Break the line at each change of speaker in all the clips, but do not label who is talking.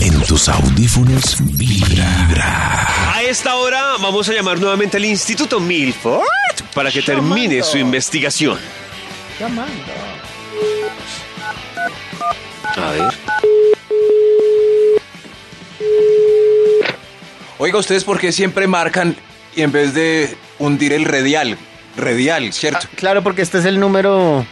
En tus audífonos vibra.
A esta hora vamos a llamar nuevamente al Instituto Milford para que termine
Llamando.
su investigación.
Llamando.
A ver.
Oiga, ¿ustedes por qué siempre marcan y en vez de hundir el radial? Radial, ¿cierto?
Ah,
Claro, porque este es el número,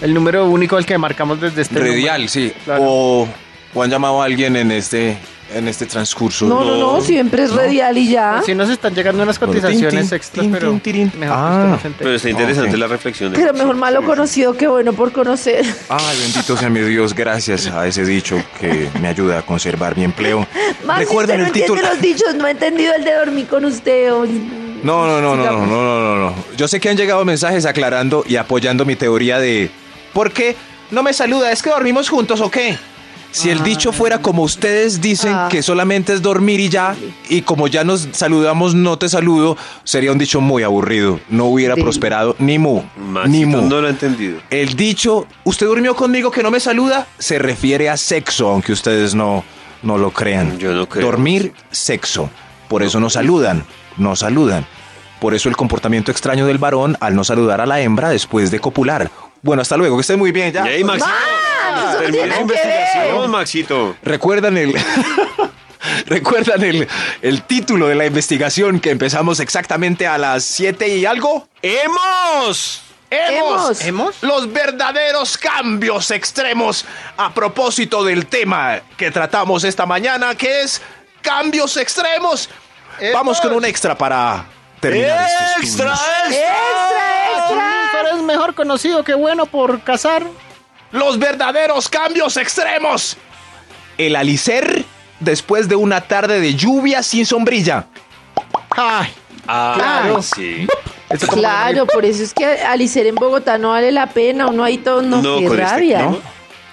el número único al que marcamos desde este.
radial, sí.
claro.
O, o han llamado a alguien en este, en este transcurso.
No, no, no, siempre es radial y ya.
Si nos están llegando unas cotizaciones
¿Ah? Tin, tin,
extras,
tin,
pero
tin, tirin.
mejor que
Ah.
usted no se entere.
Pero está interesante
Ok.
la reflexión. ¿eh? de-
Pero mejor malo conocido que bueno por conocer.
Ay, bendito sea mi Dios, gracias a ese dicho que me ayuda a conservar mi empleo.
Más
Recuerden
usted no
el título.
entiende los dichos, no he entendido el de dormir con usted. o-
No, no, no, no, no,
Sigamos.
no, no, no, no. Yo sé que han llegado mensajes aclarando y apoyando mi teoría de ¿por qué no me saluda? ¿Es que dormimos juntos o qué? Si el dicho fuera como ustedes dicen,
Ah.
que solamente es dormir y ya, y como ya nos saludamos, no te saludo, sería un dicho muy aburrido. No hubiera
Sí.
prosperado ni mu, ni
Maxito,
mu.
no lo he entendido.
El dicho, usted durmió conmigo que no me saluda, se refiere a sexo, aunque ustedes no, no lo crean.
Yo no creo.
Dormir, sexo. Por eso no saludan, no saludan. Por eso el comportamiento extraño del varón al no saludar a la hembra después de copular. Bueno, hasta luego, que estén muy bien ya.
Ey, Maxito.
¡Max! ¡Eso no
Termina
tiene
la
que ver!
investigación, Maxito.
Recuerdan el. Recuerdan el, el título de la investigación que empezamos exactamente a las 7 y algo.
¡Hemos!
Hemos.
¿Hemos?
Los verdaderos cambios extremos a propósito del tema que tratamos esta mañana, que es cambios extremos.
¡Epa!
Vamos con un extra para terminar este estudio.
¡Extra,
¡Extra, extra!
Milford es mejor conocido que bueno por casar.
Los verdaderos cambios extremos. El alicer después de una tarde de lluvia sin sombrilla.
Ay,
Ah,
Eh, Claro.
sí.
esto como-
Claro, por eso es que Alicer en Bogotá no vale la pena, uno ahí todo, no,
No,
qué
con este,
rabia.
¿no?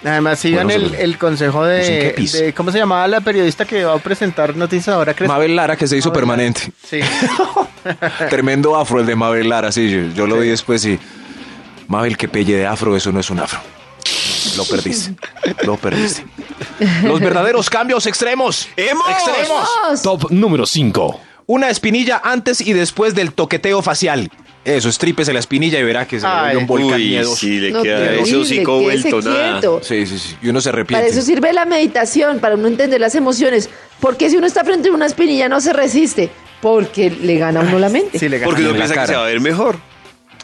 Además, sigan
Bueno, Pues,
el,
sobre-
el consejo
Usen
de,
kepis.
de- ¿Cómo se llamaba la periodista que va a presentar noticias ahora? Crespo?
Mabel Lara que se hizo permanente.
Sí.
Tremendo afro el de Mabel Lara, sí. Yo, yo lo vi después y... Mabel, que pelle de afro, eso no es un afro. Lo perdiste. Lo perdiste. Los verdaderos cambios extremos.
¡Hemos!
Extremos.
Vamos.
Top número 5.
Una espinilla antes y después del toqueteo facial. Eso, estrípese la espinilla y verá que se le
Ay.
vuelve un volcán
Uy,
miedo.
sí, le
No,
queda
terrible,
ese hocico
quédese
vuelto, nada.
quieto.
Sí, sí, sí. Y uno se
Para
arrepiente.
eso sirve la meditación, para uno entender las emociones. Porque si uno está frente a una espinilla no se resiste, porque le gana a uno la mente.
Sí, le ganó.
Porque uno
en la
piensa que
cara.
se va a ver mejor.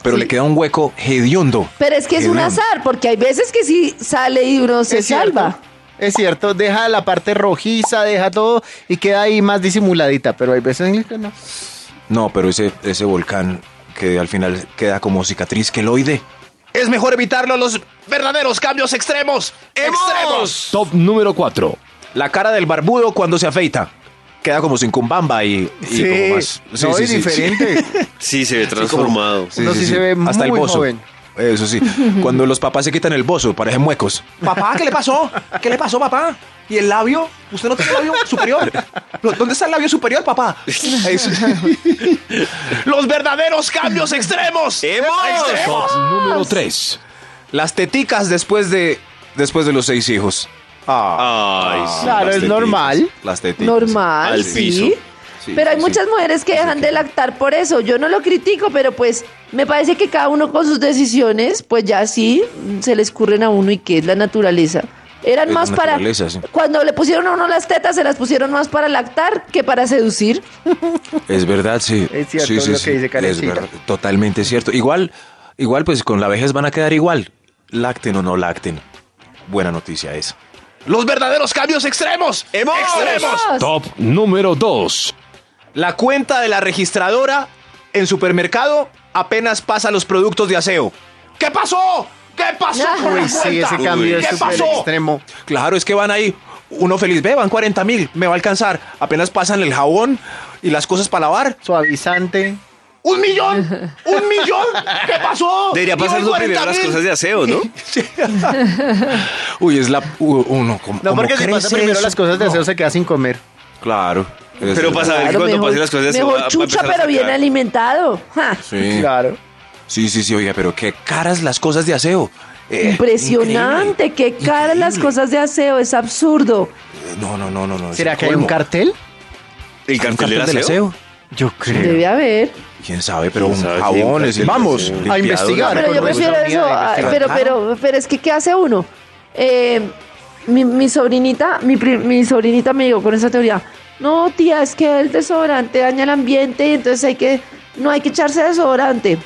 Pero le queda un hueco hediondo.
Pero es que es
Qué
un
bien.
azar, porque hay veces que sí sale y uno se
Es cierto,
salva.
Es cierto, deja la parte rojiza, deja todo y queda ahí más disimuladita, pero hay veces en que no.
No, pero ese, ese volcán que al final queda como cicatriz queloide. Es mejor evitarlo los verdaderos cambios extremos. ¡Extremos!
Top número 4.
La cara del barbudo cuando se afeita. Queda como sin cumbamba y, y como más. Sí,
no,
sí,
y
sí, sí.
diferente.
Sí, se ve transformado.
Uno sí se ve
Hasta el
muy
bozo.
joven.
Eso sí. Cuando los papás se quitan el bozo, parecen muecos. Papá, ¿qué le pasó? ¿Qué le pasó, papá? ¿Y el labio? ¿Usted no tiene labio superior? ¿Dónde está el labio superior, papá? Eso. Los verdaderos cambios extremos.
Top número 3.
Las teticas después de después de los seis hijos. Ah.
Ay, sí.
Claro,
las
es normal.
Las teticas.
Normal,
Al
sí.
piso.
Sí,
pero hay
sí,
muchas
sí.
mujeres que dejan de lactar por eso. Yo no lo critico, pero pues me parece que cada uno con sus decisiones, pues ya sí, mm, se les curren a uno y que es la naturaleza. Eran
Es la
más para...
naturaleza, sí.
Cuando le pusieron a uno las tetas, se las pusieron más para lactar que para seducir.
Es verdad, sí.
Es cierto,
Sí,
es
sí,
lo
sí.
que dice Karencita.
verdad, totalmente cierto. Igual, igual, pues con la vejez van a quedar igual. Lacten o no lacten. Buena noticia esa. Los verdaderos cambios extremos. Extremos.
Top número 2.
La cuenta de la registradora en supermercado apenas pasa los productos de aseo. ¿Qué pasó? ¿Qué pasó? con la
Uy, sí,
cuenta?
ese cambio
Uy,
es
¿Qué
súper
pasó?
extremo.
Claro, es que van ahí, uno feliz, ve, van 40 mil, me va a alcanzar. Apenas pasan el jabón y las cosas para lavar.
Suavizante.
¡Un millón! ¡Un millón! ¿Qué pasó?
Debería
Y hoy
pasar primero
40.000.
las cosas de aseo, ¿no?
Uy, es la... u- Uno, como
No, porque si pasa primero las cosas de aseo se queda sin comer.
Claro. es
Pero
verdad.
pasa- A ver,
Claro,
cuando
mejor,
pasen las cosas, se va- va
mejor
a
chucha,
empezar a
pero bien
sacar.
alimentado. Ja.
Sí.
Claro.
sí, sí, sí, oiga, pero qué caras las cosas de aseo. Eh,
Impresionante, qué
increíble,
caras las
increíble.
cosas de aseo, es absurdo.
Eh, No, no, no, no. no es
¿Será
el
que hay un
colmo.
cartel?
El cartel del
del
aseo.
Yo creo.
Debe haber.
¿Quién sabe? Pero
¿Quién
un
sabe?
jabones.
Sí, un
Vamos
cartel
A investigar.
Pero yo
Con
prefiero
esa
eso.
unidad de
ah, Pero,
investigación.
pero, pero es que, ¿qué hace uno? Eh, mi, mi sobrinita, mi, pri- mi sobrinita me dijo con esa teoría, no, tía, es que el desodorante daña el ambiente y entonces hay que, no hay que echarse desodorante.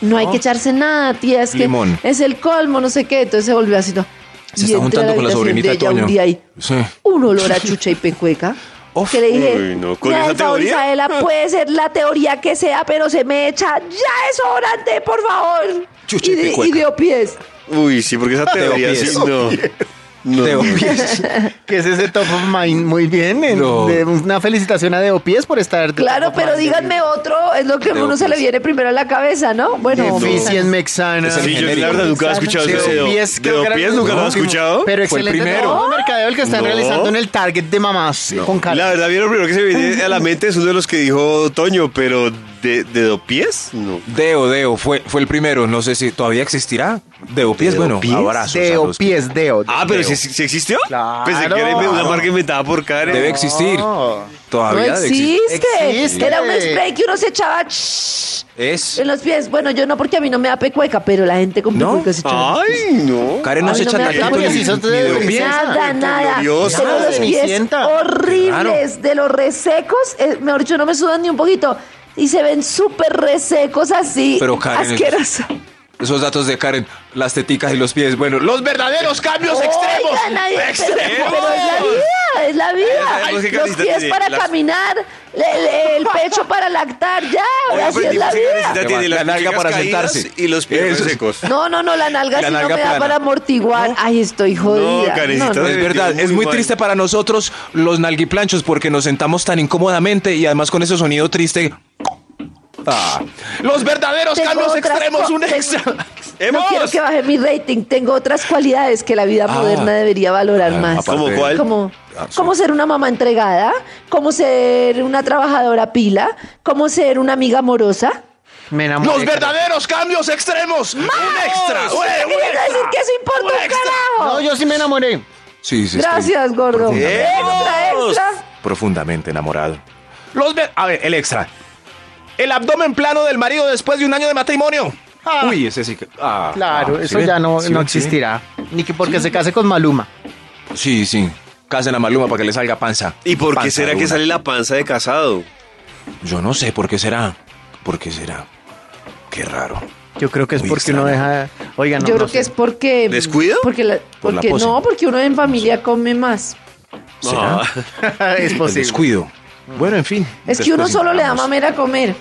No, hay que echarse nada, tía, es
Limón.
que es el colmo, no sé qué. Entonces se volvió así. No.
Se
Y
está
entré a
juntando con la
habitación
sobrinita de
ella
Toño.
Un día ahí.
Sí.
un olor a chucha y pecueca.
Uf.
que le dije,
Uy, no, con
"Mira,
esa
por favor,
teoría".
Isabela, puede ser la teoría que sea, pero se me echa ya desodorante, por favor.
Chucha y
y, de-
pecueca.
y dio pies.
Uy, sí, porque esa teoría
pies.
sí, no. No.
Teo.
Que es ese top of mind. Muy bien. en-
No.
de- una felicitación a Deo Pies por estar. de
Claro,
top of
pero
mind.
díganme otro, es lo que a
Deo
uno se le
pies.
viene primero a la cabeza, ¿no? Bueno,
Deficient Mexana.
Es el
Sí, yo la
genérico.
verdad nunca he escuchado
Sí,
ese
o
dedo.
pies, creo
Dedo
que era
pies,
el
nunca lo he
último.
escuchado.
Pero
Fue el
excelente
primero.
trabajo de mercadeo el que están
No.
realizando en el target de mamás con cara.
La verdad, bien, lo primero que se me viene a la mente es uno de los que dijo Toño, pero ¿de, dedo pies? No.
Deo, Deo, fue, fue el primero. No sé si todavía existirá. Deo Pies,
Deo
bueno,
Pies.
abrazos. a
Deo
los que-
Pies, Deo.
Ah, pero
Deo.
si existió.
Claro.
Pensé que era una marca inventada por Karen.
Debe existir.
No.
no
Todavía debe existir.
existe.
Existe.
Era un spray que uno se echaba shh,
Es.
en los pies. Bueno, yo no, porque a mí no me da pecueca, pero la gente con
¿No?
pecueca se echaba.
Ay, no.
Karen no
Ay,
se
no
echa
me
tanto
ataques,
ni-
si
son
ni Deo
de-
Pies.
Nada, nada.
gloriosa.
Tengo los pies
Cenicienta.
horribles, de los resecos. eh, mejor dicho, no me sudan ni un poquito. Y se ven súper resecos así.
Pero, Karen,
asqueroso.
Esos datos de Karen, las teticas y los pies. Bueno, los verdaderos cambios extremos.
Oigan, nadie- pero, pero es la vida, es la
Ya
vida.
sabemos que
Los
Karencita
pies
tiene
para
las-
caminar, el, el pecho para lactar, ya.
Oiga,
así
pero
es la
dice Karencita
vida.
tiene
La
las
nalga
nalgas
para
caídas
sentarse.
Y los pies
Eso es-
secos.
No, no, no, la nalga
La
sí
nalga
no me da
plana.
para amortiguar. Ay, estoy jodida.
Karencita,
No, no.
Es
Ay,
verdad,
Dios,
es
muy
muy
mal.
triste para nosotros los nalguiplanchos porque nos sentamos tan incómodamente y además con ese sonido triste. Ah. Los verdaderos
Tengo
cambios
otras
extremos,
co-
un
tengo-
extra.
No
¡Hemos!
quiero que baje mi rating. Tengo otras cualidades que la vida
Ah.
moderna debería valorar
Ah,
más.
aparte
¿Cómo
de-
cuál?
Como,
Ah, sí.
como ser una mamá entregada, como ser una trabajadora pila, como ser una amiga amorosa.
Me enamoré.
Los verdaderos cambios extremos, un extra.
¿Qué
¡Ue,
quieres
ue!
decir que eso importa un carajo?
No, yo sí me enamoré.
Sí, sí, estoy
Gracias, gordo.
profundamente
Extra,
enamorado.
extra.
Profundamente enamorado. Los ver- A ver, el extra. El abdomen plano del marido después de un año de matrimonio.
Ah.
Uy, ese sí que. ah,
Claro,
ah, ¿sí
eso
ven?
ya no,
¿Sí
no
ven? ¿Sí ven?
existirá. Ni que porque se case con Maluma.
Sí, sí. Casen a Maluma para que le salga panza.
¿Y por qué
Panza
será que
dura.
sale la panza de casado?
Yo no sé por qué será. ¿Por qué será? Qué raro.
Yo creo que es
Muy
porque uno deja. Oigan, no,
Yo
no
creo
sé.
que es porque. mm,
¿Descuido?
Porque la-
Por la
porque-
pose.
no, porque uno en familia come más.
¿Será?
Ah,
es
El
posible.
descuido. Bueno, en fin.
Es que uno
después
solo le da
indagamos.
mamera a comer.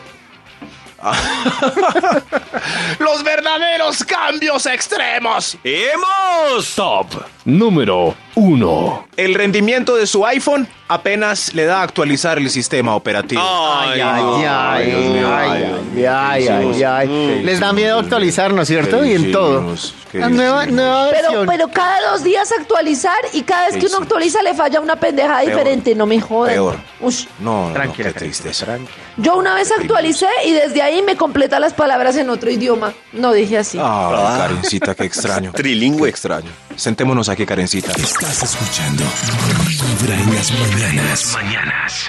Los verdaderos cambios extremos.
¡Hemos!
Top número 1.
El rendimiento de su iPhone apenas le da a actualizar el sistema operativo.
Ay, no.
Ay, ay, ay, ay, ay, ay, ay. Les da miedo actualizarnos, ¿cierto? Y en todo.
Felicidades,
La nueva,
felicidades.
nueva
Pero,
versión.
pero cada dos días actualizar y cada vez que uno
Sí.
actualiza le falla una pendeja
Peor.
diferente. No me jodan.
Peor.
Ush.
No, no,
Tranquila,
no, qué tristeza.
Yo una vez actualicé y desde ahí me completa las palabras en otro idioma. No dije así.
Ah, Karencita, qué extraño.
Trilingüe.
Qué extraño. Sentémonos aquí, Karencita.
Estás escuchando Vibra en las mañanas.